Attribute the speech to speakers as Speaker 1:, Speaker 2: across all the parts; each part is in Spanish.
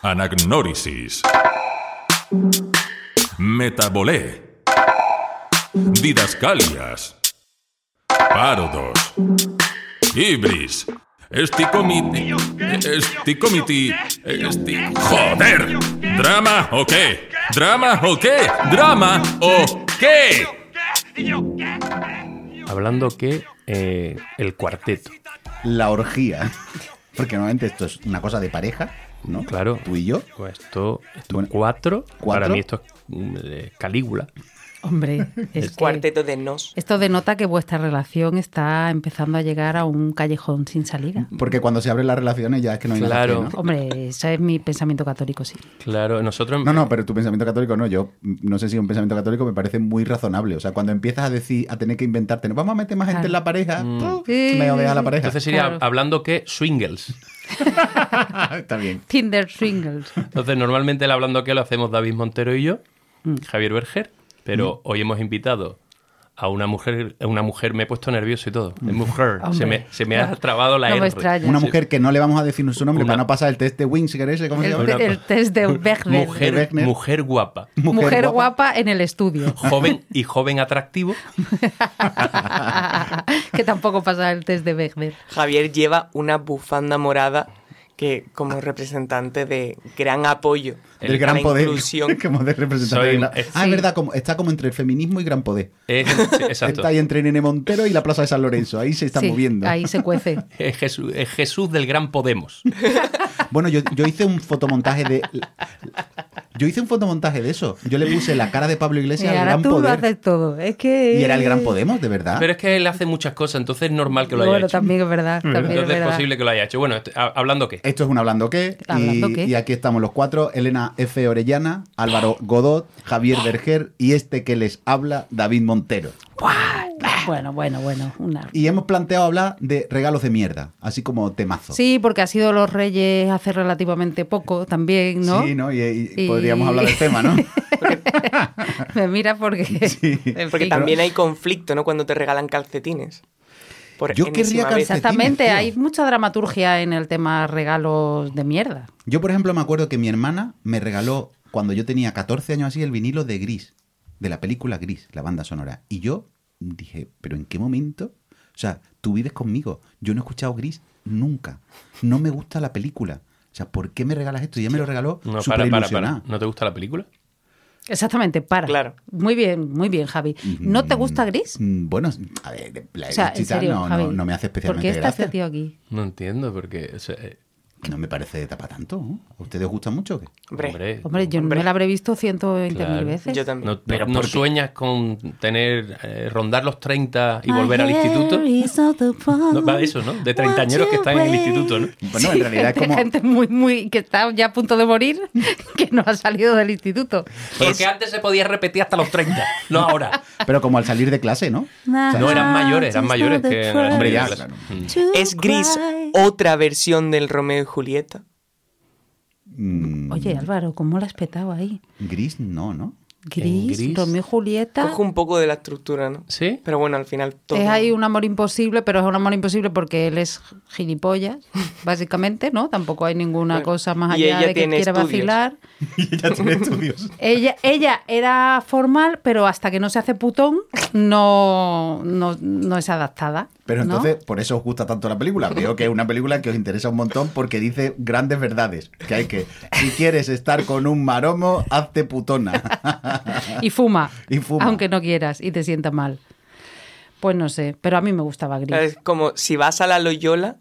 Speaker 1: Anagnórisis. Metabolé. Didascalias. Parodos. Ibris. Esticomiti. Esticomiti. Esti. ¡Joder! ¿Drama o qué? ¿Drama o qué? ¿Drama o qué?
Speaker 2: Hablando que eh, el cuarteto.
Speaker 3: La orgía. Porque normalmente esto es una cosa de pareja, ¿no?
Speaker 2: Claro.
Speaker 3: Tú y yo.
Speaker 2: Pues esto, esto
Speaker 3: Bueno,
Speaker 2: cuatro, Para
Speaker 3: ¿cuatro?
Speaker 2: mí esto es mm, eh, Calígula.
Speaker 4: Hombre, es que
Speaker 5: Cuarteto de nos.
Speaker 4: esto denota que vuestra relación está empezando a llegar a un callejón sin salida.
Speaker 3: Porque cuando se abren las relaciones ya es que no hay nada
Speaker 2: Claro.
Speaker 3: que, ¿no?
Speaker 4: Hombre, ese es mi pensamiento católico, sí.
Speaker 2: Claro, nosotros.
Speaker 3: No, no, pero tu pensamiento católico no. Yo mm, no sé si un pensamiento católico me parece muy razonable. O sea, cuando empiezas a decir, a tener que inventarte, vamos a meter más gente
Speaker 4: Claro.
Speaker 3: en la pareja, ¡puf!
Speaker 4: Sí.
Speaker 3: me odias a la pareja.
Speaker 2: Mm. Entonces sería
Speaker 4: Claro.
Speaker 2: hablando que swingles.
Speaker 3: Ah, Está bien.
Speaker 4: Tinder Swingles.
Speaker 2: Entonces, normalmente el hablando que lo hacemos David Montero y yo,
Speaker 4: Mm.
Speaker 2: Javier Berger, pero hoy hemos invitado a una mujer, a una mujer, me he puesto nervioso y todo. Es mujer.
Speaker 4: Hombre.
Speaker 2: Se me, se me ha trabado la
Speaker 4: No me
Speaker 2: R.
Speaker 4: extraña.
Speaker 3: Una mujer que no le vamos a decir su nombre
Speaker 2: Una-
Speaker 3: para no pasar el test de Winsinger ese, ¿cómo se
Speaker 4: El,
Speaker 3: llama?
Speaker 2: Una-
Speaker 4: te- el test de Wegner.
Speaker 2: Mujer,
Speaker 3: Wegner.
Speaker 2: mujer guapa.
Speaker 4: Mujer guapa. en el estudio.
Speaker 2: Joven y joven atractivo.
Speaker 4: que tampoco pasa el test de Wegner.
Speaker 5: Javier lleva una bufanda morada que como representante de gran apoyo.
Speaker 3: Ah. Del gran
Speaker 5: la
Speaker 3: poder.
Speaker 5: Inclusión.
Speaker 3: como de representante.
Speaker 2: Soy-
Speaker 3: de la-
Speaker 2: es-
Speaker 3: Ah, es
Speaker 4: Sí.
Speaker 3: verdad, como, está como entre el feminismo y gran poder.
Speaker 2: Es, sí, exacto.
Speaker 3: Está ahí entre Nene Montero y la Plaza de San Lorenzo. Ahí se está
Speaker 4: Sí,
Speaker 3: moviendo.
Speaker 4: Ahí se cuece.
Speaker 2: Es Jesús, es Jesús del gran Podemos.
Speaker 3: Bueno, yo, yo hice un fotomontaje de. Yo hice un fotomontaje de eso. Yo le puse la cara de Pablo
Speaker 4: Y
Speaker 3: Iglesias al
Speaker 4: ahora
Speaker 3: gran
Speaker 4: tú lo
Speaker 3: poder.
Speaker 4: haces todo. Es que...
Speaker 3: Y era el gran Podemos, de verdad.
Speaker 2: Pero es que él hace muchas cosas, entonces es normal que lo haya
Speaker 4: Bueno,
Speaker 2: hecho.
Speaker 4: también es verdad. También es
Speaker 2: Mm. entonces es
Speaker 4: verdad.
Speaker 2: posible que lo haya hecho. Bueno, este- ha- hablando qué.
Speaker 3: Esto es un Hablando qué. y-
Speaker 4: Hablando
Speaker 3: y,
Speaker 4: Qué.
Speaker 3: aquí estamos los cuatro: Elena F. Orellana, Álvaro Godot, Javier Berger y este que les habla, David Montero.
Speaker 4: Bueno, bueno, bueno. Una...
Speaker 3: Y hemos planteado hablar de regalos de mierda, así como temazo.
Speaker 4: Sí, porque ha sido los Reyes hace relativamente poco también, ¿no?
Speaker 3: Sí, ¿no? Y, y
Speaker 4: Y-
Speaker 3: podríamos hablar del tema, ¿no?
Speaker 4: Me mira porque...
Speaker 3: Sí.
Speaker 4: En
Speaker 5: Porque
Speaker 4: fin.
Speaker 5: también hay conflicto, ¿no? Cuando te regalan calcetines. Por
Speaker 3: Yo querría
Speaker 5: enésima vez.
Speaker 3: calcetines.
Speaker 4: Exactamente,
Speaker 3: tío.
Speaker 4: hay mucha dramaturgia en el tema regalos de mierda.
Speaker 3: Yo, por ejemplo, me acuerdo que mi hermana me regaló, cuando yo tenía 14 años así, el vinilo de Gris, de la película Gris, la banda sonora. Y yo dije, ¿pero en qué momento? O sea, tú vives conmigo. Yo no he escuchado Gris nunca. No me gusta la película. O sea, ¿por qué me regalas esto? Y ella me lo regaló
Speaker 2: No, para,
Speaker 3: súper
Speaker 2: para,
Speaker 3: ilusionada.
Speaker 2: para. ¿No te gusta la película?
Speaker 4: Exactamente, para.
Speaker 5: Claro.
Speaker 4: Muy bien, muy bien, Javi.
Speaker 2: Mm.
Speaker 4: ¿No te gusta Gris?
Speaker 3: Mm, Bueno, a ver, la
Speaker 4: O sea, en
Speaker 3: Gris y tal
Speaker 4: serio,
Speaker 3: no,
Speaker 4: Javi,
Speaker 3: no- no me hace
Speaker 4: ¿Por qué
Speaker 3: especialmente
Speaker 4: está
Speaker 3: gracia.
Speaker 4: este tío aquí?
Speaker 2: No entiendo, porque. o sea, eh,
Speaker 3: No me parece de tapa tanto. ¿no? ¿A ustedes os gusta mucho? o qué?
Speaker 5: Hombre,
Speaker 2: hombre,
Speaker 4: Hombre, yo
Speaker 5: Hombre.
Speaker 4: me lo habré visto 120.000
Speaker 2: Claro.
Speaker 4: veces.
Speaker 5: yo también.
Speaker 2: No, no- no sueñas con tener. eh, rondar los 30 y volver al
Speaker 4: My
Speaker 2: instituto.
Speaker 4: hair is all the problem.
Speaker 2: No, va de eso, ¿no? De treintañeros que están en el instituto, ¿no?
Speaker 3: Bueno, en realidad
Speaker 4: gente,
Speaker 3: es como...
Speaker 4: gente muy, muy, que está ya a punto de morir, que no ha salido del instituto.
Speaker 2: Porque antes se podía repetir hasta los 30, no ahora.
Speaker 3: Pero como al salir de clase, ¿no? O sea,
Speaker 2: No eran mayores, eran mayores que.
Speaker 3: Hombre, ya,
Speaker 2: claro.
Speaker 5: ¿Es gris otra versión del Romeo y Julieta?
Speaker 3: mm,
Speaker 4: Oye, Álvaro, ¿cómo la has petado ahí?
Speaker 3: Gris no, ¿no?
Speaker 4: Gris,
Speaker 2: Gris.
Speaker 4: Romeo y Julieta.
Speaker 5: Coge un poco de la estructura, ¿no?
Speaker 2: ¿Sí?
Speaker 5: Pero bueno, al final todo.
Speaker 4: Es ahí un amor imposible, pero es un amor imposible porque él es gilipollas, básicamente, ¿no? Tampoco hay ninguna
Speaker 5: Bueno,
Speaker 4: cosa más
Speaker 5: y
Speaker 4: allá
Speaker 5: ella
Speaker 4: de que
Speaker 5: tiene
Speaker 4: quiera
Speaker 5: estudios.
Speaker 4: vacilar.
Speaker 3: Y ella tiene estudios.
Speaker 4: Ella, ella era formal, pero hasta que no se hace putón, no, no, no es adaptada.
Speaker 3: Pero
Speaker 4: ¿no?
Speaker 3: entonces, por eso os gusta tanto la película. Veo que es una película que os interesa un montón porque dice grandes verdades. Que hay que, si quieres estar con un maromo, hazte putona.
Speaker 4: Y fuma,
Speaker 3: Y fuma.
Speaker 4: aunque no quieras y te sienta mal. Pues no sé, pero a mí me gustaba Gris.
Speaker 5: Claro, Es como si vas a la Loyola,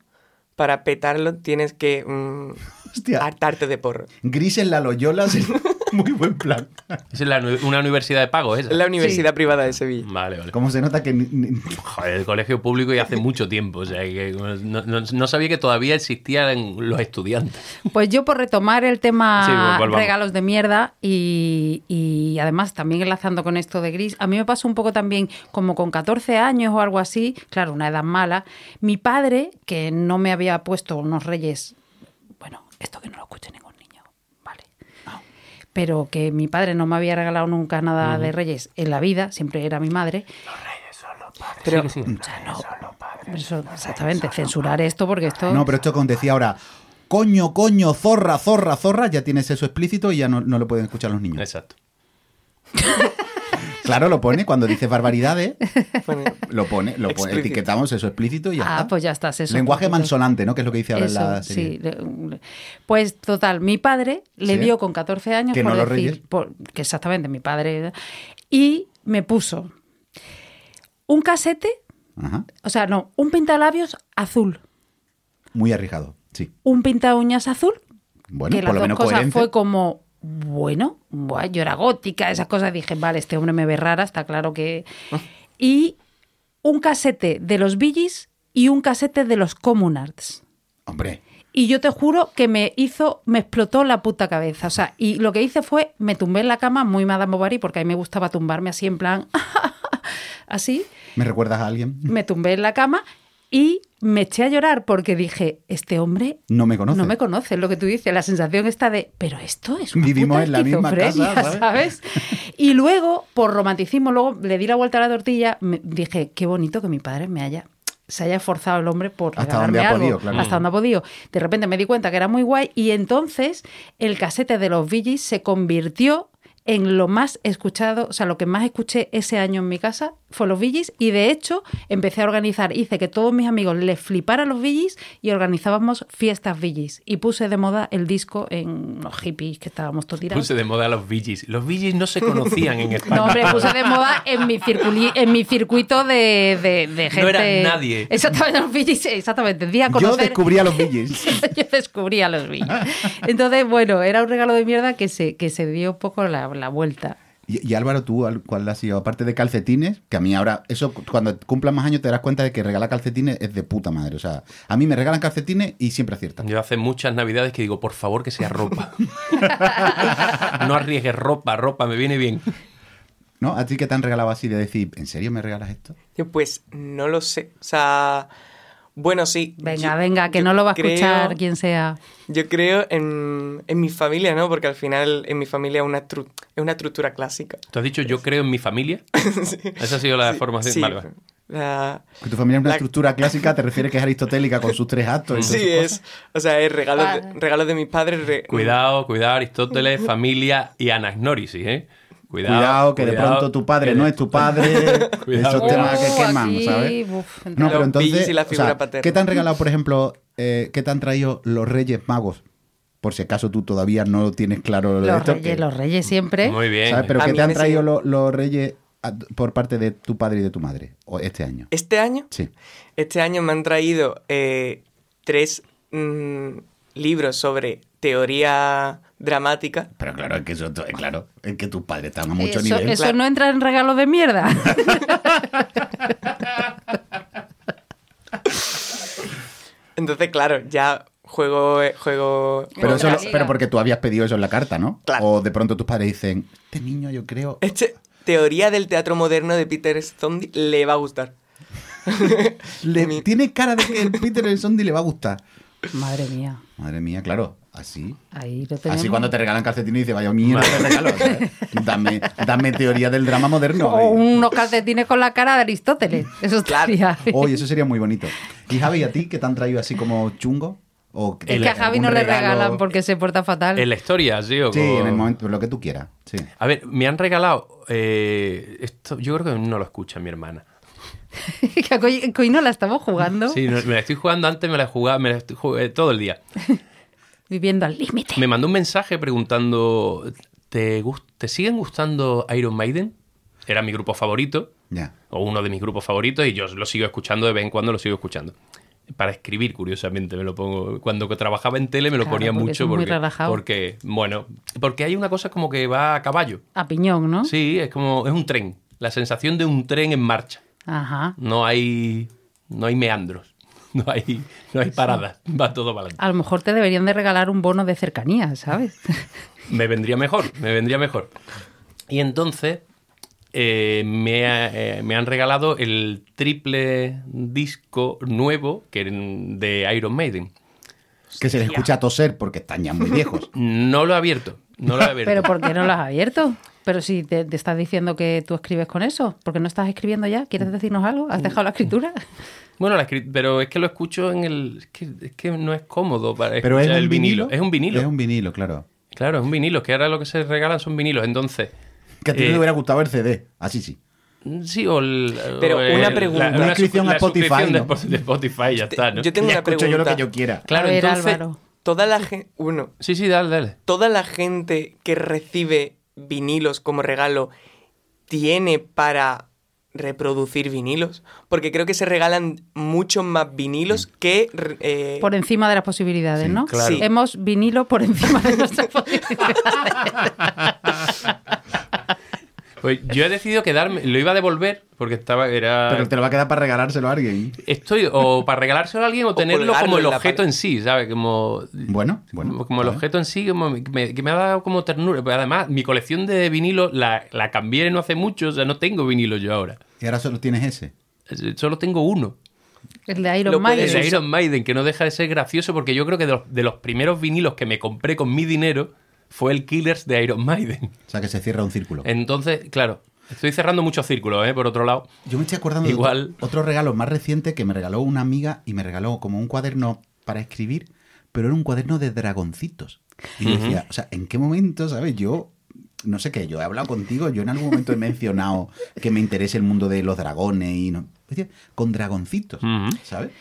Speaker 5: para petarlo tienes que mm,
Speaker 3: Hostia.
Speaker 5: hartarte de porro.
Speaker 3: Gris en la Loyola se- Muy buen plan.
Speaker 2: Es la nu- una universidad de pago esa.
Speaker 5: La Universidad Privada de Sevilla.
Speaker 2: Vale, vale.
Speaker 3: Como se nota que... ni- ni-
Speaker 2: Joder, el colegio público ya hace mucho tiempo. O sea, que no, no- no sabía que todavía existían los estudiantes.
Speaker 4: Pues yo por retomar el
Speaker 2: Sí, ¿cuál
Speaker 4: tema
Speaker 2: vamos?
Speaker 4: regalos de mierda y, y además también enlazando con esto de Gris, a mí me pasó un poco también como con 14 años o algo así, claro, una edad mala, mi padre, que no me había puesto unos reyes, bueno, esto que no lo escuche ningún niño, ¿vale? Pero que mi padre no me había regalado nunca nada de reyes en la vida, siempre era mi madre.
Speaker 5: Pero
Speaker 4: O sea, no, eso- exactamente, censurar esto porque esto...
Speaker 3: No, pero esto con decía ahora, coño, coño, zorra, zorra, zorra, ya tienes eso explícito y ya no, no lo pueden escuchar los niños.
Speaker 2: Exacto.
Speaker 3: Claro, lo pone cuando dices barbaridades,
Speaker 5: bueno,
Speaker 3: lo pone, lo pone,
Speaker 5: Explícito.
Speaker 3: etiquetamos eso explícito y ya
Speaker 4: Ah,
Speaker 3: está.
Speaker 4: pues ya está, se
Speaker 3: Lenguaje
Speaker 4: supone.
Speaker 3: mansonante, ¿no? Que es lo que dice ahora en
Speaker 4: Eso,
Speaker 3: la serie.
Speaker 4: sí, le- le- Pues total, mi padre le
Speaker 3: Sí.
Speaker 4: dio con 14 años
Speaker 3: Que
Speaker 4: por
Speaker 3: no los
Speaker 4: decir,
Speaker 3: reyes.
Speaker 4: por- que exactamente mi padre y me puso un casete,
Speaker 3: Ajá.
Speaker 4: o sea, no, un pintalabios azul,
Speaker 3: Muy arrijado, sí.
Speaker 4: un pinta uñas azul,
Speaker 3: Bueno,
Speaker 4: que
Speaker 3: por
Speaker 4: las
Speaker 3: lo
Speaker 4: dos
Speaker 3: menos
Speaker 4: cosas
Speaker 3: coherente.
Speaker 4: fue como bueno, guay, yo era gótica, esas cosas dije, vale, este hombre me ve rara, está claro que
Speaker 3: Ah.
Speaker 4: y un casete de los Billys y un casete de los Comunards.
Speaker 3: Hombre,
Speaker 4: Y yo te juro que me hizo, me explotó la puta cabeza. O sea, y lo que hice fue, me tumbé en la cama muy Madame Bovary, porque a mí me gustaba tumbarme así en plan, así.
Speaker 3: ¿me recuerdas a alguien?
Speaker 4: Me tumbé en la cama y me eché a llorar porque dije, este hombre
Speaker 3: No me conoce.
Speaker 4: no me conoce, lo que tú dices, la sensación está de, pero esto es una
Speaker 3: Vivimos
Speaker 4: puta
Speaker 3: en la misma casa,
Speaker 4: esquizofrenia",
Speaker 3: ¿sabes?
Speaker 4: ¿sabes? Y luego, por romanticismo, luego le di la vuelta a la tortilla, me- dije, qué bonito que mi padre me haya se haya esforzado el hombre por
Speaker 3: Hasta
Speaker 4: regalarme
Speaker 3: donde ha
Speaker 4: algo,
Speaker 3: podido, claro.
Speaker 4: hasta donde ha podido. De repente me di cuenta que era muy guay y entonces el casete de los Billys se convirtió en lo más escuchado, o sea, lo que más escuché ese año en mi casa fue los Billys y de hecho empecé a organizar, hice que todos mis amigos les fliparan los Billys y organizábamos fiestas Billys y puse de moda el disco en los hippies que estábamos todos tirados.
Speaker 2: Puse de moda a los VGs. Los VGs no se conocían en España.
Speaker 4: No, hombre,
Speaker 5: pues-
Speaker 4: puse de moda en mi, circuli- en mi circuito de, de- de gente.
Speaker 2: No eras nadie.
Speaker 4: Exactamente, los Billys, exactamente. Di a
Speaker 3: Yo
Speaker 4: conocer-
Speaker 3: descubrí a los Billys.
Speaker 4: yo descubrí a los Billys. Entonces, bueno, era un regalo de mierda que se, que se dio un poco la, la vuelta.
Speaker 3: Y, y Álvaro, ¿tú al- cuál ha sido? Aparte de calcetines, que a mí ahora, eso cu- cuando cumplas más años te darás cuenta de que regalar calcetines es de puta madre. O sea, a mí me regalan calcetines y siempre aciertan.
Speaker 2: Yo hace muchas navidades que digo, por favor que sea ropa. no arriesgues ropa, ropa, me viene bien.
Speaker 3: ¿No? ¿A ti que te han regalado así de decir, ¿en serio me regalas esto?
Speaker 5: yo pues no lo sé. O sea, bueno, sí.
Speaker 4: Venga,
Speaker 5: yo-
Speaker 4: venga, que
Speaker 5: yo
Speaker 4: no lo va a
Speaker 5: creo-
Speaker 4: escuchar quien sea.
Speaker 5: Yo creo en, en mi familia, ¿no? Porque al final en mi familia es una, tru- es una estructura clásica.
Speaker 2: Tú has dicho, yo creo en mi familia. Esa ha sido la formación.
Speaker 5: Sí,
Speaker 2: Vale, vale.
Speaker 5: la-
Speaker 3: Que tu familia es una
Speaker 5: La-
Speaker 3: estructura clásica, te refieres que es aristotélica con sus tres actos. y todas
Speaker 5: sí,
Speaker 3: esas
Speaker 5: es. O sea, es regalo, de,
Speaker 4: Vale.
Speaker 5: regalo de mis padres. re-
Speaker 2: pues, Cuidado, cuidado, Aristóteles, familia y anagnórisis, ¿eh? Cuidado,
Speaker 3: Cuidado, que de
Speaker 2: cuidado,
Speaker 3: pronto tu padre
Speaker 2: que
Speaker 3: no
Speaker 2: de-
Speaker 3: es tu padre.
Speaker 2: Cuidado,
Speaker 3: esos
Speaker 2: cuidado.
Speaker 3: temas que
Speaker 4: Uh,
Speaker 3: queman,
Speaker 4: aquí,
Speaker 3: ¿sabes?
Speaker 4: uf,
Speaker 3: No, pero
Speaker 5: Los
Speaker 3: entonces.
Speaker 5: billis y la
Speaker 3: o sea,
Speaker 5: figura paterna.
Speaker 3: ¿Qué te han regalado, por ejemplo, eh, qué te han traído los Reyes Magos? Por si acaso tú todavía no tienes claro lo de
Speaker 4: Los
Speaker 3: esto,
Speaker 4: reyes,
Speaker 3: que-
Speaker 4: los reyes siempre.
Speaker 2: Muy bien.
Speaker 3: ¿sabes? Pero
Speaker 5: A
Speaker 3: ¿qué
Speaker 5: mí
Speaker 3: te han
Speaker 5: me
Speaker 3: traído
Speaker 5: sigue-
Speaker 3: lo- los Reyes a- por parte de tu padre y de tu madre o este año?
Speaker 5: Este año,
Speaker 3: Sí.
Speaker 5: este año me han traído eh, tres mm, libros sobre teoría dramática.
Speaker 3: Pero claro, es que eso, eh, claro, es que tus padres están a
Speaker 4: eso eso no entra en regalo de mierda.
Speaker 5: Entonces, claro, ya juego. eh, juego
Speaker 3: Pero, eso
Speaker 4: Otra
Speaker 3: lo-
Speaker 4: liga.
Speaker 3: pero porque tú habías pedido eso en la carta, ¿no?
Speaker 5: Claro.
Speaker 3: O de pronto tus padres dicen, este niño yo creo...
Speaker 5: Este, teoría del teatro moderno de Peter Stondy le va a gustar.
Speaker 3: le-
Speaker 5: mi-
Speaker 3: Tiene cara de que el Peter el Sondi le va a gustar.
Speaker 4: Madre mía,
Speaker 3: Madre mía, claro, así.
Speaker 4: ahí lo tenemos.
Speaker 3: Así cuando te regalan calcetines y dices, vaya mierda de regalo. ¿sabes? Dame, dame teoría del drama moderno.
Speaker 4: O unos calcetines con la cara de Aristóteles. Eso estaría bien.
Speaker 3: Oye, eso sería muy bonito. ¿Y Javi, a ti qué te han traído así como chungo? ¿O
Speaker 4: Es que a Javi no
Speaker 3: algún
Speaker 4: le
Speaker 3: regalo?
Speaker 4: regalan porque se porta fatal.
Speaker 2: En la historia, sí. o
Speaker 3: Sí,
Speaker 2: con-
Speaker 3: en el momento, lo que tú quieras. Sí.
Speaker 2: A ver, me han regalado. eh, esto yo creo que no lo escucha mi hermana.
Speaker 4: que a Coi- Coi no la estamos jugando.
Speaker 2: Sí, no- me la estoy jugando antes, me la jugaba, me la estoy jug- eh, todo el día.
Speaker 4: Viviendo al límite.
Speaker 2: Me mandó un mensaje preguntando: ¿Te, gus- ¿te siguen gustando Iron Maiden? Era mi grupo favorito.
Speaker 3: Ya.
Speaker 2: o uno de mis grupos favoritos y yo lo sigo escuchando de vez en cuando lo sigo escuchando. para escribir, curiosamente, me lo pongo. Cuando trabajaba en tele me lo
Speaker 4: Claro,
Speaker 2: ponía
Speaker 4: porque
Speaker 2: mucho
Speaker 4: es muy
Speaker 2: porque,
Speaker 4: relajado.
Speaker 2: porque, bueno, porque hay una cosa como que va a caballo.
Speaker 4: A piñón, ¿no?
Speaker 2: Sí, es como es un tren, la sensación de un tren en marcha.
Speaker 4: Ajá.
Speaker 2: No hay no hay meandros, no hay no hay paradas, va todo para adelante.
Speaker 4: A lo mejor te deberían de regalar un bono de cercanía, ¿sabes?
Speaker 2: Me vendría mejor, me vendría mejor. Y entonces eh, me, ha- eh, me han regalado el triple disco nuevo que en- de Iron Maiden.
Speaker 3: Que se les escucha toser porque están ya muy viejos.
Speaker 2: No lo he abierto, no lo he abierto.
Speaker 4: Pero ¿por qué no lo has abierto? Pero si te, te estás diciendo que tú escribes con eso, ¿por qué no estás escribiendo ya?
Speaker 2: Mm.
Speaker 4: ¿Quieres decirnos algo? ¿Has dejado la escritura?
Speaker 2: Bueno, la escri- pero es que lo escucho en el. Es que, es que no es cómodo para
Speaker 3: Pero es
Speaker 2: escuchar
Speaker 3: un
Speaker 2: el vinilo. Es un vinilo.
Speaker 3: Es un vinilo, claro.
Speaker 2: Claro, es un vinilo. Que ahora lo que se regalan son vinilos. Entonces.
Speaker 3: Que a ti
Speaker 2: eh,
Speaker 3: te hubiera gustado el CD. Así sí.
Speaker 2: Sí, o el- o
Speaker 5: Pero
Speaker 2: el-
Speaker 5: una pregunta.
Speaker 2: la-
Speaker 5: Una
Speaker 2: su-
Speaker 3: inscripción a
Speaker 2: la suscripción
Speaker 3: Spotify,
Speaker 2: de
Speaker 3: ¿no?
Speaker 2: Spo- de Spotify, ya está, ¿no?
Speaker 5: Yo tengo
Speaker 3: Y
Speaker 5: una
Speaker 3: escucho
Speaker 5: pregunta.
Speaker 3: yo lo que yo quiera.
Speaker 2: Claro,
Speaker 4: A ver,
Speaker 2: entonces-
Speaker 4: Álvaro.
Speaker 5: Toda la gente. Uno.
Speaker 2: Sí, sí, dale, dale.
Speaker 5: Toda la gente que recibe vinilos como regalo tiene para reproducir vinilos. Porque creo que se regalan muchos más vinilos
Speaker 3: Mm.
Speaker 5: que. eh,
Speaker 4: Por encima de las posibilidades, ¿no?
Speaker 5: claro. Sí.
Speaker 4: Hemos vinilo por encima de nuestras posibilidades.
Speaker 2: Pues yo he decidido quedarme. Lo iba a devolver porque estaba. Era.
Speaker 3: Pero te lo va a quedar para regalárselo a alguien.
Speaker 2: Estoy o para regalárselo a alguien o, tenerlo
Speaker 5: colgarlo
Speaker 2: como el
Speaker 5: en la
Speaker 2: objeto
Speaker 5: pared.
Speaker 2: en sí, ¿sabes? Como.
Speaker 3: Bueno, bueno.
Speaker 2: como el
Speaker 3: vale.
Speaker 2: objeto en sí, como me- que me ha dado como ternura. Pero además, mi colección de vinilos la, la cambié no hace mucho, o sea, no tengo vinilo yo ahora.
Speaker 3: Y ahora solo tienes ese.
Speaker 2: Solo tengo uno.
Speaker 4: El de Iron
Speaker 5: Lo puedes
Speaker 4: Maiden.
Speaker 2: El
Speaker 5: Eso
Speaker 2: de
Speaker 5: es-
Speaker 2: Iron Maiden, que no deja de ser gracioso porque yo creo que de los, de los primeros vinilos que me compré con mi dinero fue el Killers de Iron Maiden.
Speaker 3: O sea que se cierra un círculo.
Speaker 2: Entonces, claro, estoy cerrando muchos círculos, ¿eh? Por otro lado.
Speaker 3: Yo me estoy acordando de
Speaker 2: Igual-
Speaker 3: otro, otro regalo más reciente que me regaló una amiga y me regaló como un cuaderno para escribir, pero era un cuaderno de dragoncitos. Y yo decía, o sea, ¿en qué momento, sabes? Yo, no sé qué, yo he hablado contigo, yo en algún momento he mencionado que me interesa el mundo de los dragones y no. Decía, con dragoncitos, ¿sabes?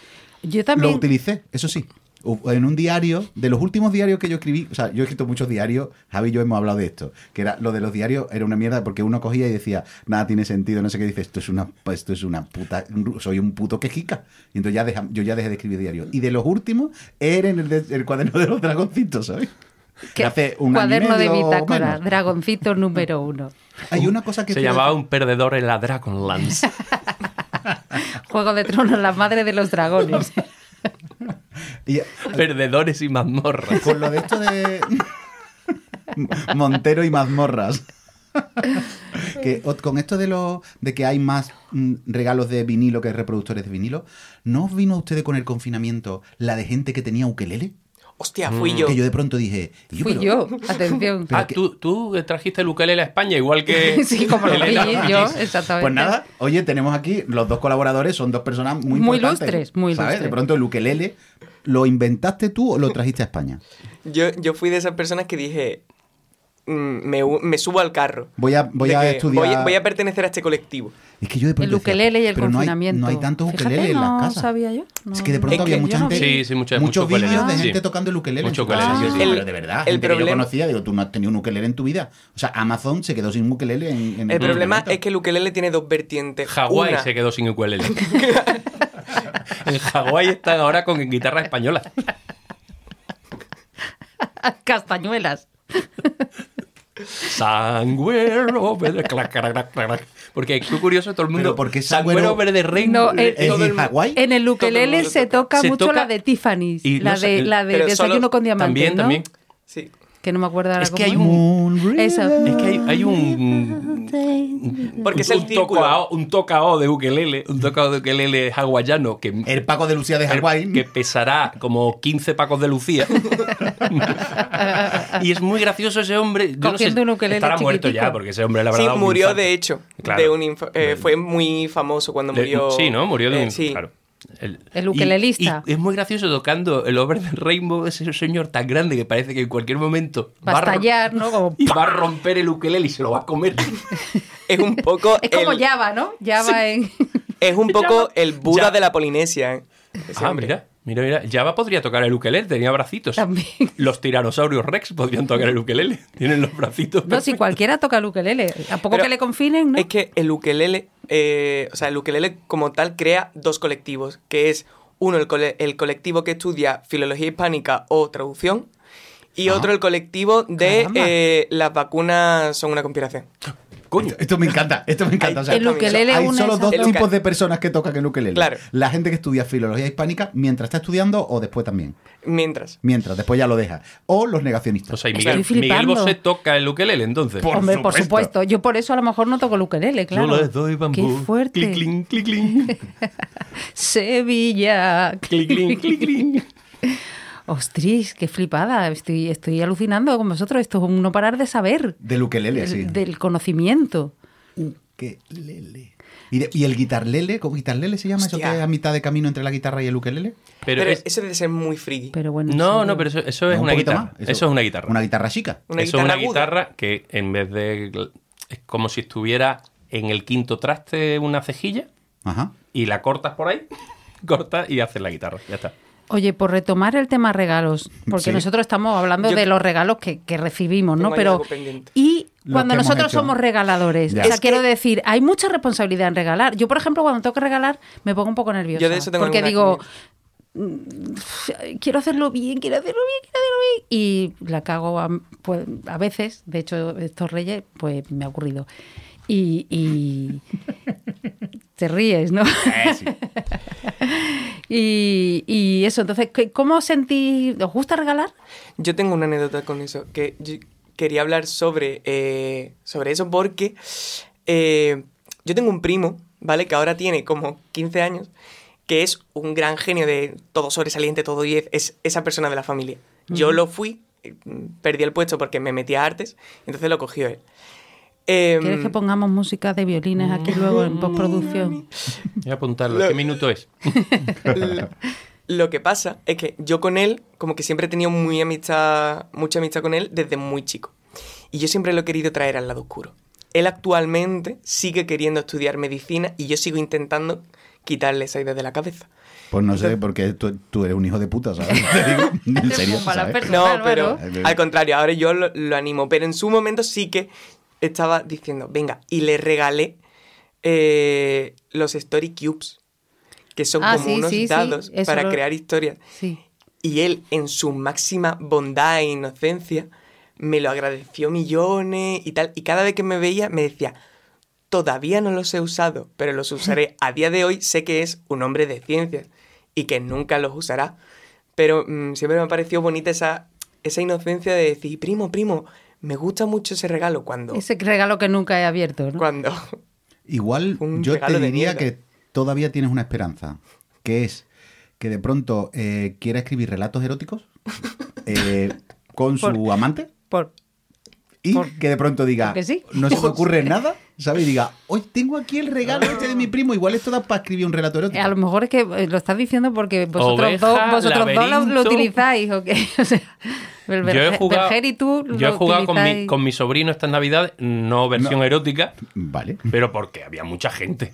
Speaker 4: Yo también.
Speaker 3: Lo utilicé, eso sí. U- En un diario, de los últimos diarios que yo escribí, o sea, yo he escrito muchos diarios, Javi y yo hemos hablado de esto, que era lo de los diarios era una mierda porque uno cogía y decía, nada tiene sentido, no sé qué dice, esto es una esto es una puta, soy un puto quejica. Y entonces ya deja- yo ya dejé de escribir diarios. Y de los últimos, era en el, de- el cuaderno de los dragoncitos, ¿sabes?
Speaker 4: ¿Qué?
Speaker 3: Hace un año y
Speaker 4: cuaderno de
Speaker 3: medio o
Speaker 4: bitácora,
Speaker 3: menos.
Speaker 4: dragoncito número uno.
Speaker 3: Hay una
Speaker 4: Ah,
Speaker 3: cosa que
Speaker 2: Se
Speaker 3: fíjate-
Speaker 2: llamaba un perdedor en la Dragonlance.
Speaker 4: Juego de Tronos, la madre de los dragones.
Speaker 3: y-
Speaker 2: Perdedores y mazmorras.
Speaker 3: con lo de esto de Montero y mazmorras. que o- con esto de lo de que hay más mm, regalos de vinilo que reproductores de vinilo, ¿no os vino a ustedes con el confinamiento la de gente que tenía ukelele?
Speaker 5: Hostia, fui yo.
Speaker 3: Mm. Que yo de pronto dije, y yo,
Speaker 4: Fui
Speaker 3: pero-
Speaker 4: yo, atención.
Speaker 2: Ah, tú, tú trajiste el ukelele a España igual que...
Speaker 4: sí, como lo
Speaker 2: Elena
Speaker 4: vi yo, exactamente.
Speaker 3: Pues nada, oye, tenemos aquí los dos colaboradores, son dos personas muy
Speaker 4: Muy
Speaker 3: importantes,
Speaker 4: lustres, muy
Speaker 3: ¿sabes?
Speaker 4: lustres.
Speaker 3: De pronto el ukelele, ¿lo inventaste tú o lo trajiste a España?
Speaker 5: Yo, yo fui de esas personas que dije, mm, me, u- me subo al carro.
Speaker 3: Voy a, voy
Speaker 5: De
Speaker 3: a
Speaker 5: que
Speaker 3: estudiar.
Speaker 5: Voy, voy a pertenecer a este colectivo.
Speaker 3: Es que yo de pronto
Speaker 4: El
Speaker 3: decía,
Speaker 4: ukelele y el
Speaker 3: pero no hay-
Speaker 4: confinamiento.
Speaker 3: No hay, tantos
Speaker 4: Fíjate,
Speaker 3: ukeleles en
Speaker 4: no
Speaker 3: las casas.
Speaker 4: sabía yo,
Speaker 3: Es
Speaker 4: no.
Speaker 3: que de pronto
Speaker 5: Es que
Speaker 3: había
Speaker 5: yo
Speaker 3: mucha
Speaker 5: no
Speaker 3: gente.
Speaker 2: vi. Sí, sí, mucha-
Speaker 3: muchos
Speaker 2: mucho ukelele,
Speaker 3: vídeos de
Speaker 2: sí.
Speaker 3: gente tocando el ukelele. en
Speaker 2: Mucho
Speaker 3: su casa.
Speaker 4: ukelele,
Speaker 3: Yo
Speaker 4: sí,
Speaker 3: digo,
Speaker 5: sí.
Speaker 3: pero de verdad,
Speaker 5: El
Speaker 3: gente que yo
Speaker 5: problema-
Speaker 3: conocía, digo, tú no has tenido un ukelele en tu vida. O sea, Amazon se quedó sin ukelele en, en
Speaker 5: El problema
Speaker 3: momento.
Speaker 5: es que el ukelele tiene dos vertientes.
Speaker 2: Hawái
Speaker 5: Una-
Speaker 2: se quedó sin ukelele. en Hawái están ahora con guitarra española.
Speaker 4: Castañuelas.
Speaker 2: Sangüero verde. clac, clac, clac, clac, clac. Porque es muy curioso todo el mundo.
Speaker 3: Pero porque
Speaker 2: sangüero
Speaker 3: sangüero-
Speaker 2: verde reino.
Speaker 4: No, eh,
Speaker 3: ¿Es
Speaker 2: todo
Speaker 3: de
Speaker 2: el mundo.
Speaker 3: Hawái?
Speaker 4: En el
Speaker 5: Todo el
Speaker 4: ukelele
Speaker 5: mundo
Speaker 4: se toca
Speaker 2: Se
Speaker 4: mucho
Speaker 2: toca-
Speaker 4: la de Tiffany's,
Speaker 2: y
Speaker 4: la
Speaker 2: no sé,
Speaker 4: de, la de
Speaker 5: pero
Speaker 4: desayuno
Speaker 5: solo-
Speaker 4: con diamantes,
Speaker 2: También,
Speaker 4: ¿no?
Speaker 2: también.
Speaker 5: Sí.
Speaker 4: Que no me acuerdo ahora
Speaker 2: Es que
Speaker 4: cómo
Speaker 2: hay un-
Speaker 3: Moon
Speaker 4: Eso.
Speaker 3: River.
Speaker 2: Es que hay, hay un.
Speaker 5: Porque es el
Speaker 2: un
Speaker 5: círculo.
Speaker 2: tocao, un tocao de ukelele. Un tocao de ukelele hawaiano que.
Speaker 3: El Paco de Lucía de Hawái.
Speaker 2: que pesará como 15 pacos de Lucía. y es muy gracioso ese hombre. Yo no sé,
Speaker 4: Cogiendo un ukelele
Speaker 2: estará muerto
Speaker 4: chiquitico.
Speaker 2: ya, porque ese hombre, la verdad.
Speaker 5: Sí,
Speaker 2: un
Speaker 5: murió
Speaker 2: infarto.
Speaker 5: de hecho.
Speaker 2: Claro.
Speaker 5: de un infa- eh, fue muy famoso cuando
Speaker 2: De-
Speaker 5: murió.
Speaker 2: sí, ¿no? Murió de
Speaker 5: eh,
Speaker 2: un...
Speaker 5: sí.
Speaker 2: claro. El,
Speaker 4: El
Speaker 2: y-
Speaker 4: ukelelista.
Speaker 2: y es muy gracioso tocando el Over del Rainbow, ese señor tan grande que parece que en cualquier momento
Speaker 4: Va a
Speaker 2: rom-
Speaker 4: estallar, ¿no? Como-
Speaker 2: y va a romper el ukelele y se lo va a comer.
Speaker 5: Es un poco.
Speaker 4: Es como
Speaker 5: el,
Speaker 4: Java, ¿no? Java en...
Speaker 5: Es un poco el Buda
Speaker 2: Ya.
Speaker 5: de la Polinesia. ¿eh? Ese
Speaker 2: ah,
Speaker 5: hombre.
Speaker 2: mira, mira, mira. Java podría tocar el ukelele, tenía bracitos.
Speaker 4: También.
Speaker 2: Los tiranosaurios Rex podrían tocar el ukelele, tienen los bracitos.
Speaker 4: No, si cualquiera toca el ukelele. A poco
Speaker 5: Pero
Speaker 4: que le confinen, ¿no?
Speaker 5: Es que el ukelele, eh, o sea, el ukelele como tal crea dos colectivos, que es Uno, el, cole- el colectivo que estudia filología hispánica o traducción. Y otro, el colectivo de
Speaker 4: Caramba.
Speaker 5: eh, las vacunas son una conspiración.
Speaker 2: Coño.
Speaker 3: Esto, esto me encanta, esto me encanta. O sea,
Speaker 4: El ukelele
Speaker 3: hay
Speaker 4: una
Speaker 3: solo
Speaker 4: de
Speaker 3: dos
Speaker 4: esas-
Speaker 3: tipos de personas que tocan el ukelele.
Speaker 5: Claro.
Speaker 3: La gente que estudia filología hispánica mientras está estudiando o después también.
Speaker 5: Mientras.
Speaker 3: Mientras, después ya lo deja. O los
Speaker 2: O
Speaker 3: negacionistas.
Speaker 2: sea, y
Speaker 4: Estoy
Speaker 2: Miguel, Miguel
Speaker 4: flipando.
Speaker 2: Bosé toca el ukelele, entonces.
Speaker 3: Por
Speaker 4: Hombre, por
Speaker 3: supuesto.
Speaker 4: supuesto. Yo por eso a lo mejor no toco el ukelele, claro.
Speaker 2: Yo les doy bambú.
Speaker 4: Qué fuerte.
Speaker 2: Clic, clic, clic, clic.
Speaker 4: Sevilla.
Speaker 2: Clic, clic, clic, clic.
Speaker 4: Ostris, qué flipada. Estoy, estoy alucinando con vosotros. Esto es un no parar de saber.
Speaker 3: Del ukelele, sí.
Speaker 4: Del- Del conocimiento.
Speaker 3: Ukelele. ¿Y, de- y el guitarlele? ¿Cómo guitarlele se llama? ¿Eso
Speaker 5: Hostia.
Speaker 3: que es a mitad de camino entre la guitarra y el ukelele?
Speaker 2: Pero
Speaker 5: Pero,
Speaker 2: es-
Speaker 5: eso debe ser muy friki.
Speaker 4: Pero bueno.
Speaker 2: No,
Speaker 4: sí.
Speaker 2: no, pero eso, eso es
Speaker 3: ¿No? ¿Un
Speaker 2: una
Speaker 3: poquito
Speaker 2: guitarra.
Speaker 3: más?
Speaker 2: Eso, es una guitarra.
Speaker 3: Una guitarra chica.
Speaker 5: Una
Speaker 2: eso es una
Speaker 5: aguda.
Speaker 2: guitarra que en vez de. Es como si estuviera en el quinto traste una cejilla
Speaker 3: Ajá.
Speaker 2: y la cortas por ahí, cortas y haces la guitarra. Ya está.
Speaker 4: Oye, por retomar el tema regalos, porque
Speaker 3: Sí.
Speaker 4: nosotros estamos hablando
Speaker 5: Yo-
Speaker 4: de los regalos que, que recibimos, ¿no?
Speaker 5: Tengo ahí
Speaker 4: Pero
Speaker 5: algo pendiente.
Speaker 4: y
Speaker 3: Lo que
Speaker 4: cuando
Speaker 3: hemos
Speaker 4: nosotros
Speaker 3: hecho.
Speaker 4: somos regaladores,
Speaker 3: Ya.
Speaker 4: o sea,
Speaker 5: Es que-
Speaker 4: quiero decir, hay mucha responsabilidad en regalar. Yo, por ejemplo, cuando tengo que regalar, me pongo un poco nerviosa,
Speaker 5: Yo de eso tengo
Speaker 4: porque
Speaker 5: alguna
Speaker 4: digo, quiero hacerlo bien, quiero hacerlo bien, quiero hacerlo bien. Y la cago a, pues, a veces, de hecho, estos reyes, pues me ha ocurrido. Y, y- te ríes, ¿no? y, y eso, entonces, ¿qué- ¿cómo sentís? ¿Os gusta regalar?
Speaker 5: Yo tengo una anécdota con eso, que yo quería hablar sobre, eh, sobre eso porque eh, yo tengo un primo, ¿vale? Que ahora tiene como 15 años, que es un gran genio de todo sobresaliente, todo 10, es esa persona de la familia. Yo lo fui, eh, perdí el puesto porque me metí a artes, entonces lo cogió él. Em,
Speaker 4: ¿Quieres que pongamos música de violines aquí luego en postproducción?
Speaker 2: Voy a apuntarlo. ¿Qué minuto es?
Speaker 5: L- Lo que pasa es que yo con él, como que siempre he tenido muy amistad, mucha amistad con él desde muy chico. Y yo siempre lo he querido traer al lado oscuro. Él actualmente sigue queriendo estudiar medicina y yo sigo intentando quitarle esa idea de la cabeza.
Speaker 3: Pues no sé, porque tú, tú eres un hijo de puta, ¿sabes? Te digo, en serio,
Speaker 4: Mala
Speaker 3: ¿sabes?
Speaker 4: persona.
Speaker 5: No,
Speaker 4: Álvaro.
Speaker 5: pero
Speaker 3: Ay, pero-
Speaker 5: al contrario, ahora yo lo, lo animo. Pero en su momento sí que estaba diciendo, venga, y le regalé eh, los Story Cubes, que son
Speaker 4: Ah,
Speaker 5: como
Speaker 4: sí,
Speaker 5: unos
Speaker 4: sí, sí,
Speaker 5: dados
Speaker 4: eso
Speaker 5: para
Speaker 4: lo-
Speaker 5: crear historias.
Speaker 4: Sí.
Speaker 5: Y él, en su máxima bondad e inocencia, me lo agradeció millones y tal. Y cada vez que me veía me decía, todavía no los he usado, pero los usaré. A día de hoy sé que es un hombre de ciencias y que nunca los usará. Pero mm, siempre me pareció bonita esa, esa inocencia de decir, primo, primo, me gusta mucho ese regalo cuando...
Speaker 4: Ese regalo que nunca he abierto, ¿no?
Speaker 5: Cuando...
Speaker 3: Igual
Speaker 5: Un
Speaker 3: yo
Speaker 5: regalo
Speaker 3: te
Speaker 5: de
Speaker 3: diría
Speaker 5: mierda.
Speaker 3: que todavía tienes una esperanza, que es que de pronto eh, quiera escribir relatos eróticos eh, con su amante
Speaker 4: Por-
Speaker 3: y
Speaker 4: por-
Speaker 3: que de pronto diga,
Speaker 4: porque sí.
Speaker 3: no se me ocurre nada, ¿sabes? Y diga, hoy tengo aquí el regalo este de mi primo, igual esto da para escribir un relato erótico.
Speaker 4: A lo mejor es que eh, lo estás diciendo porque vosotros
Speaker 2: Oveja,
Speaker 4: dos, vosotros dos lo, lo
Speaker 2: laberinto.
Speaker 4: utilizáis. ¿o qué? O sea, el
Speaker 2: Yo he
Speaker 4: Berger-
Speaker 2: jugado,
Speaker 4: Berger y tú lo
Speaker 2: yo he jugado con, mi,
Speaker 4: utilizáis.
Speaker 2: con mi sobrino esta Navidad, no versión erótica,
Speaker 3: Vale.
Speaker 2: pero porque había mucha gente.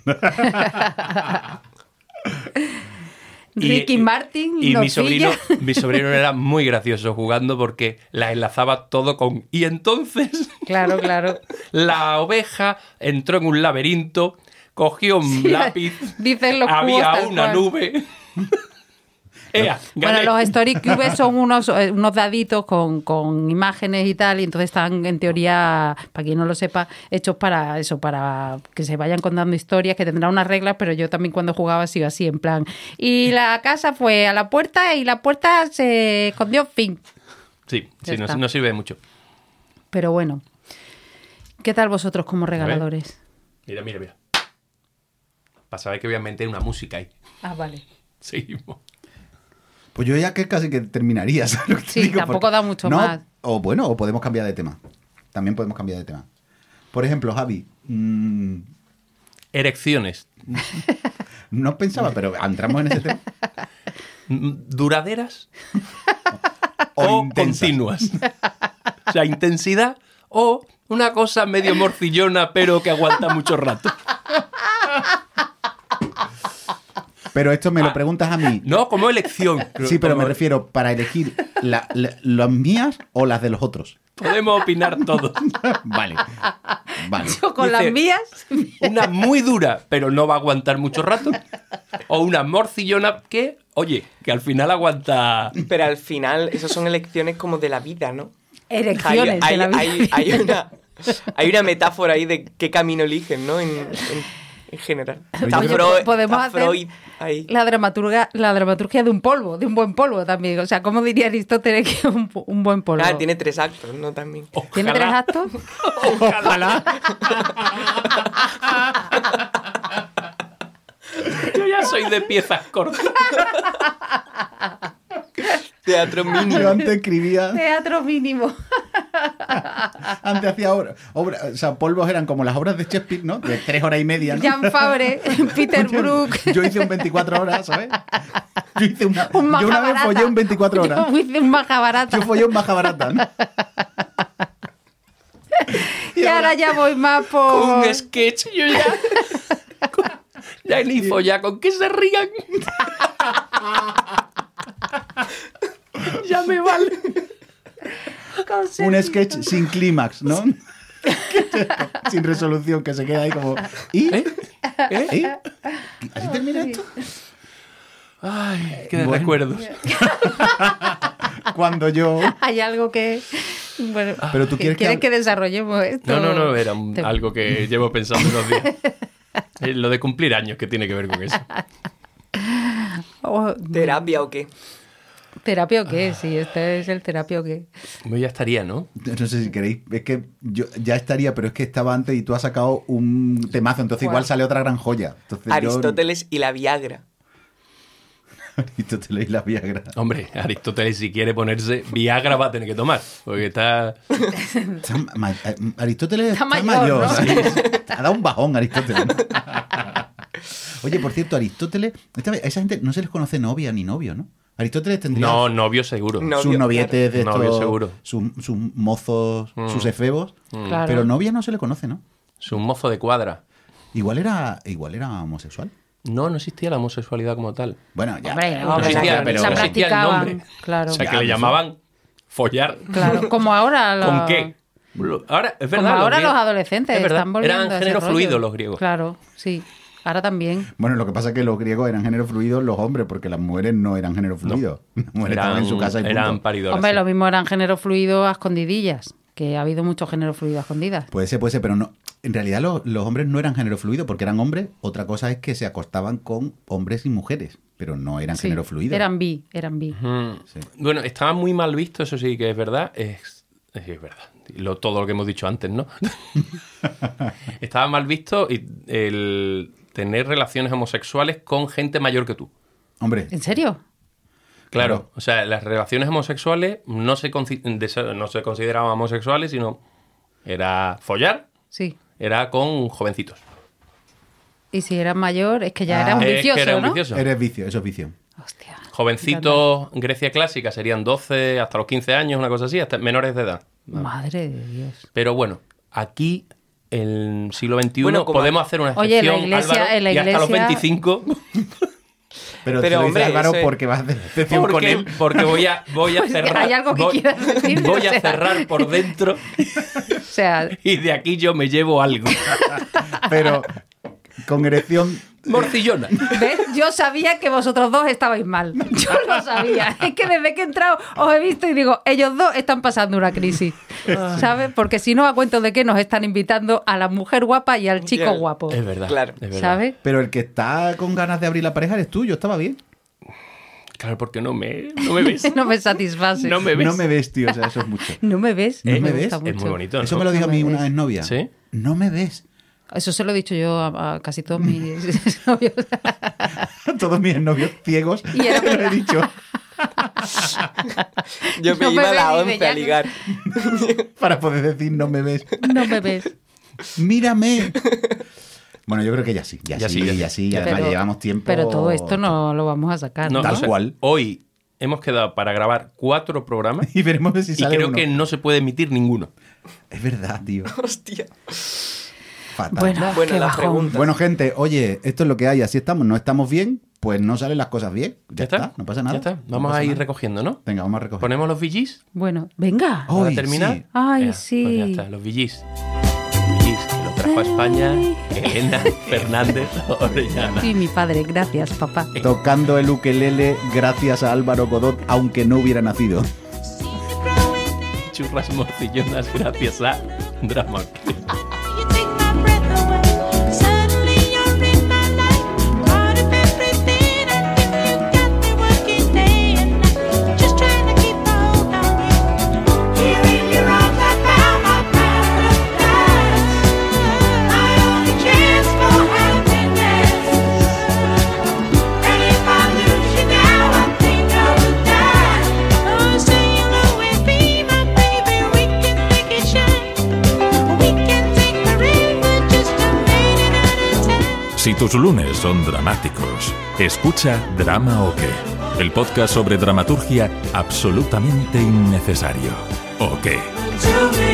Speaker 2: Y-
Speaker 4: Ricky Martin,
Speaker 2: Y mi
Speaker 4: Nocilla.
Speaker 2: sobrino, mi sobrino era muy gracioso jugando porque la enlazaba todo con. Y entonces
Speaker 4: Claro, claro.
Speaker 2: la oveja entró en un laberinto, cogió un lápiz,
Speaker 4: dicen los cubos
Speaker 2: había
Speaker 4: tal
Speaker 2: una
Speaker 4: cual.
Speaker 2: nube. Ea, gané.
Speaker 4: Bueno, los Story Cubes son unos, eh, unos daditos con, con imágenes y tal, y entonces están, en teoría, para quien no lo sepa, hechos para eso, para que se vayan contando historias, que tendrán unas reglas, pero yo también cuando jugaba sido así, en plan. Y la casa fue a la puerta y la puerta se escondió, fin.
Speaker 2: Sí,
Speaker 4: Ya
Speaker 2: sí, no,
Speaker 4: está.
Speaker 2: no sirve de mucho.
Speaker 4: Pero bueno, ¿qué tal vosotros como regaladores?
Speaker 2: Mira, mira, mira. Pasaba que voy a meter una música ahí.
Speaker 4: Ah, vale.
Speaker 2: Seguimos.
Speaker 3: Pues yo ya que casi que terminaría, ¿sabes lo que te
Speaker 4: Sí,
Speaker 3: digo?
Speaker 4: tampoco
Speaker 3: Porque-
Speaker 4: da mucho
Speaker 3: No,
Speaker 4: más.
Speaker 3: O bueno, o podemos cambiar de tema. También podemos cambiar de tema. Por ejemplo, Javi, mm,
Speaker 2: Erecciones.
Speaker 3: no pensaba, pero entramos en ese tema.
Speaker 2: Mm, ¿Duraderas
Speaker 3: O
Speaker 2: o,
Speaker 3: intensas.
Speaker 2: continuas? o sea, intensidad o una cosa medio morcillona pero que aguanta mucho rato.
Speaker 3: Pero esto me
Speaker 4: Ah.
Speaker 3: lo preguntas a mí.
Speaker 2: No, como elección.
Speaker 3: Sí, pero me
Speaker 2: Como-
Speaker 3: refiero para elegir la- la- las mías o las de los otros.
Speaker 2: Podemos opinar todos.
Speaker 3: Vale. Vale.
Speaker 4: Yo con las
Speaker 2: Dice-
Speaker 4: mías.
Speaker 2: Una muy dura, pero no va a aguantar mucho rato. O una morcillona que, oye, que al final aguanta.
Speaker 5: Pero al final, esas son elecciones como de la vida, ¿no?
Speaker 4: Erecciones
Speaker 5: hay,
Speaker 4: de la vida.
Speaker 5: hay- hay una, hay una metáfora ahí de qué camino eligen, ¿no? En, en- en general. Está
Speaker 4: Oye,
Speaker 5: Freud-
Speaker 4: podemos
Speaker 5: está
Speaker 4: hacer-
Speaker 5: Freud ahí.
Speaker 4: La dramaturga, la dramaturgia de un polvo, de un buen polvo también. O sea, ¿cómo diría Aristóteles que un, po- un buen polvo?
Speaker 5: Ah, tiene tres actos, ¿no? También.
Speaker 4: ¿Tiene tres
Speaker 2: Ojalá.
Speaker 4: actos?
Speaker 2: Yo ya soy de piezas cortas.
Speaker 5: Teatro mínimo.
Speaker 3: Yo antes escribía,
Speaker 4: Teatro mínimo.
Speaker 3: antes hacía obras, obra- o sea, polvos eran como las obras de Shakespeare, ¿no? De tres horas y media, ¿no?
Speaker 4: Jan Fabre, Peter Brook.
Speaker 3: Yo hice un 24 horas, ¿sabes? Yo hice una,
Speaker 4: Un
Speaker 3: yo una vez
Speaker 4: majabarata.
Speaker 3: follé un 24 horas.
Speaker 4: Yo hice un majabarata.
Speaker 3: Yo follé un baja barata, ¿no?
Speaker 4: Y ahora ya voy más por...
Speaker 2: Un sketch, yo ya. Ya ni follar, con que se rían. Ya me vale.
Speaker 4: con
Speaker 3: Un
Speaker 4: sentido.
Speaker 3: sketch sin clímax, ¿no? sin resolución, que se queda ahí como... ¿Y?
Speaker 2: ¿Eh? ¿Eh?
Speaker 3: ¿Y? ¿Así termina esto?
Speaker 2: Ay, qué de
Speaker 3: Bueno.
Speaker 2: recuerdos.
Speaker 3: Cuando yo...
Speaker 4: Hay algo que... Bueno,
Speaker 2: Ah,
Speaker 3: Pero tú quieres que
Speaker 4: ¿quieres
Speaker 3: hab-
Speaker 4: que desarrollemos esto.
Speaker 2: No, no, no, era un-
Speaker 4: Te-
Speaker 2: algo que llevo pensando unos días. Eh, Lo de cumplir años, que tiene que ver con eso.
Speaker 4: Oh,
Speaker 5: ¿Terapia o qué?
Speaker 4: ¿Terapia o
Speaker 2: Ah.
Speaker 4: qué? Sí, este es el terapia o qué.
Speaker 2: Bueno, ya estaría, ¿no?
Speaker 3: No sé si queréis, es que yo ya estaría, pero es que estaba antes y tú has sacado un temazo, entonces
Speaker 4: ¿Cuál?
Speaker 3: igual sale otra gran joya. Entonces yo-
Speaker 5: Aristóteles y la Viagra.
Speaker 3: Aristóteles y la Viagra.
Speaker 2: Hombre, Aristóteles, si quiere ponerse Viagra, va a tener que tomar. Porque está.
Speaker 3: Está ma- eh, Aristóteles
Speaker 4: Está
Speaker 3: está,
Speaker 4: mayor,
Speaker 3: mayor.
Speaker 4: ¿no?
Speaker 3: sí. Ha dado un bajón Aristóteles. ¿no? Oye, por cierto, Aristóteles, esta vez- a esa gente no se les conoce novia ni novio, ¿no? Aristóteles tendría
Speaker 2: No, novio seguro.
Speaker 5: No.
Speaker 3: sus
Speaker 5: Novio,
Speaker 3: novietes de
Speaker 2: Novio
Speaker 3: estos,
Speaker 2: seguro. Mm.
Speaker 3: Sus, sus mozos, sus efebos,
Speaker 4: Claro.
Speaker 3: pero novia no se le conoce, ¿no?
Speaker 2: Es un mozo de cuadra.
Speaker 3: Igual era, igual era homosexual.
Speaker 2: No, no existía la homosexualidad como tal.
Speaker 3: Bueno, ya.
Speaker 4: Hombre,
Speaker 3: ya,
Speaker 4: no,
Speaker 3: ya,
Speaker 4: la-
Speaker 3: pero-
Speaker 4: la
Speaker 2: no existía el
Speaker 4: practicaban,
Speaker 2: nombre.
Speaker 4: claro.
Speaker 2: O sea, que
Speaker 3: Ya,
Speaker 2: le
Speaker 3: eso.
Speaker 2: llamaban follar.
Speaker 4: Claro, como ahora... la-
Speaker 2: ¿Con qué? Lo- Ahora, es verdad,
Speaker 4: Como ahora
Speaker 2: grie-
Speaker 4: los adolescentes
Speaker 2: es verdad,
Speaker 4: están volviendo a
Speaker 2: Eran
Speaker 4: ese
Speaker 2: género
Speaker 4: rollo.
Speaker 2: fluido los griegos.
Speaker 4: Claro, sí. Ahora también.
Speaker 3: Bueno, lo que pasa es que los griegos eran género fluido los hombres, porque las mujeres no eran género fluido. Las mujeres
Speaker 2: Eran,
Speaker 3: estaban en su casa y punto.
Speaker 2: eran paridoras.
Speaker 4: Hombre,
Speaker 2: sí.
Speaker 4: lo mismo eran género fluido a escondidillas, que ha habido mucho género fluido a escondidas.
Speaker 3: Puede ser, puede ser, pero no. En realidad los, los hombres no eran género fluido porque eran hombres. Otra cosa es que se acostaban con hombres y mujeres, pero no eran
Speaker 4: Sí,
Speaker 3: género fluido.
Speaker 4: Eran bi, eran bi.
Speaker 2: Mm.
Speaker 3: Sí.
Speaker 2: Bueno, estaba muy mal visto, eso sí que es verdad. Es, es verdad. Lo- todo lo que hemos dicho antes, ¿no? estaba mal visto y el tener relaciones homosexuales con gente mayor que tú.
Speaker 3: Hombre,
Speaker 4: ¿En serio?
Speaker 2: Claro,
Speaker 3: Claro.
Speaker 2: o sea, las relaciones homosexuales no se, conci- de ser- no se consideraban homosexuales, sino era follar,
Speaker 4: Sí.
Speaker 2: era con jovencitos.
Speaker 4: Y si eras mayor, es que ya
Speaker 3: Ah.
Speaker 4: eras
Speaker 3: Es
Speaker 2: que
Speaker 4: vicioso,
Speaker 2: era un
Speaker 4: ¿no?
Speaker 2: vicioso.
Speaker 3: eres vicio, eso es vicio.
Speaker 4: Hostia.
Speaker 2: Jovencitos, Grecia clásica, serían 12 hasta los 15 años, una cosa así, hasta menores de edad.
Speaker 4: Madre de Dios.
Speaker 2: Pero bueno, aquí en el siglo XXI
Speaker 5: Bueno, como-
Speaker 2: podemos hacer una
Speaker 4: Oye,
Speaker 2: excepción.
Speaker 4: la iglesia-
Speaker 2: Álvaro,
Speaker 4: en la
Speaker 2: y hasta los
Speaker 4: iglesia-
Speaker 2: 25.
Speaker 3: Pero, te
Speaker 5: Pero,
Speaker 3: lo dice
Speaker 5: hombre,
Speaker 3: Álvaro
Speaker 5: eso es-
Speaker 3: porque vas a hacer excepción
Speaker 2: Porque,
Speaker 3: con él.
Speaker 2: porque voy a, voy a
Speaker 4: Pues,
Speaker 2: cerrar.
Speaker 4: hay algo que
Speaker 2: voy-
Speaker 4: quieras decir,
Speaker 2: Voy
Speaker 4: o
Speaker 2: a
Speaker 4: sea.
Speaker 2: cerrar por dentro
Speaker 4: O sea,
Speaker 2: y de aquí yo me llevo algo.
Speaker 3: Pero con erección.
Speaker 2: Morcillona.
Speaker 4: ¿ves? Yo sabía que vosotros dos estabais mal. Yo lo sabía. Es que desde que he entrado os he visto y digo, ellos dos están pasando una crisis. ¿Sabes? Porque si no, a cuento de qué nos están invitando a la mujer guapa y al chico
Speaker 5: Ya.
Speaker 4: guapo.
Speaker 2: Es verdad.
Speaker 5: Claro.
Speaker 2: es verdad.
Speaker 4: ¿Sabes?
Speaker 3: Pero el que está con ganas de abrir la pareja eres tú, yo estaba bien.
Speaker 2: Claro, porque no me, no me ves.
Speaker 4: No me satisface.
Speaker 2: No me ves.
Speaker 3: No me ves, tío, o sea, eso es mucho.
Speaker 4: No me ves.
Speaker 3: ¿No me ves?
Speaker 4: gusta
Speaker 3: Es
Speaker 4: mucho.
Speaker 2: muy bonito.
Speaker 3: Eso
Speaker 2: ¿no?
Speaker 3: me lo dijo
Speaker 4: No
Speaker 3: a mí
Speaker 4: me
Speaker 3: una
Speaker 4: ves.
Speaker 3: exnovia.
Speaker 2: ¿Sí?
Speaker 3: No me ves.
Speaker 4: Eso se lo he dicho yo a, a casi todos mis novios.
Speaker 3: Todos mis novios ciegos
Speaker 4: Y era
Speaker 3: lo he dicho.
Speaker 5: Yo me
Speaker 4: No me
Speaker 5: iba a
Speaker 4: ve
Speaker 5: la
Speaker 4: ni de
Speaker 5: 11 a
Speaker 4: llanos.
Speaker 5: ligar.
Speaker 3: Para poder decir no me ves.
Speaker 4: No me ves.
Speaker 3: ¡Mírame! Bueno, yo creo que ya sí, ya,
Speaker 2: Ya
Speaker 3: sí,
Speaker 2: sí, ya
Speaker 3: ya sí, y además llevamos tiempo.
Speaker 4: Pero todo esto no lo vamos a sacar.
Speaker 2: No,
Speaker 4: No,
Speaker 3: Tal
Speaker 2: o sea,
Speaker 3: cual.
Speaker 2: Hoy hemos quedado para grabar cuatro programas
Speaker 3: Y veremos si
Speaker 2: y
Speaker 3: sale
Speaker 2: creo
Speaker 3: uno.
Speaker 2: que no se puede emitir ninguno.
Speaker 3: Es verdad, tío.
Speaker 5: Hostia.
Speaker 3: Fatal.
Speaker 4: Bueno,
Speaker 5: Bueno,
Speaker 4: qué
Speaker 5: la
Speaker 4: bajón.
Speaker 5: pregunta.
Speaker 3: Bueno, gente, oye, esto es lo que hay, así estamos. No estamos bien, pues no salen las cosas bien. Ya,
Speaker 2: ¿Ya,
Speaker 3: está? no pasa nada.
Speaker 2: Ya está.
Speaker 3: No
Speaker 2: Vamos
Speaker 3: pasa
Speaker 2: a ir
Speaker 3: nada.
Speaker 2: recogiendo, ¿no?
Speaker 3: Venga, vamos a recoger.
Speaker 2: ¿Ponemos los VGs?
Speaker 4: Bueno, venga.
Speaker 3: Oh,
Speaker 2: ¿Para
Speaker 3: Hoy,
Speaker 2: terminar?
Speaker 3: sí.
Speaker 4: Ay,
Speaker 2: pues
Speaker 4: sí.
Speaker 2: ya está, los VGs. Los VGs. trajo a España Elena Fernández Orellana.
Speaker 4: Y mi padre, gracias, papá.
Speaker 3: Tocando el ukelele gracias a Álvaro Godot, aunque no hubiera nacido.
Speaker 2: Churras morcillonas gracias a Drama Queen.
Speaker 6: You take my breath away. Suddenly you're in my life, part of everything. I think you got me working day and night, just trying to keep a hold on you. Here in your arms I found my paradise, my only chance for happiness. And if I lose you now, I think I will die. Oh, say you'll always be my baby. We can make it shine. We can take forever, just a minute at a time.
Speaker 1: Si tus lunes son dramáticos, escucha Drama OK, el podcast sobre dramaturgia absolutamente innecesario. OK.
Speaker 6: to me.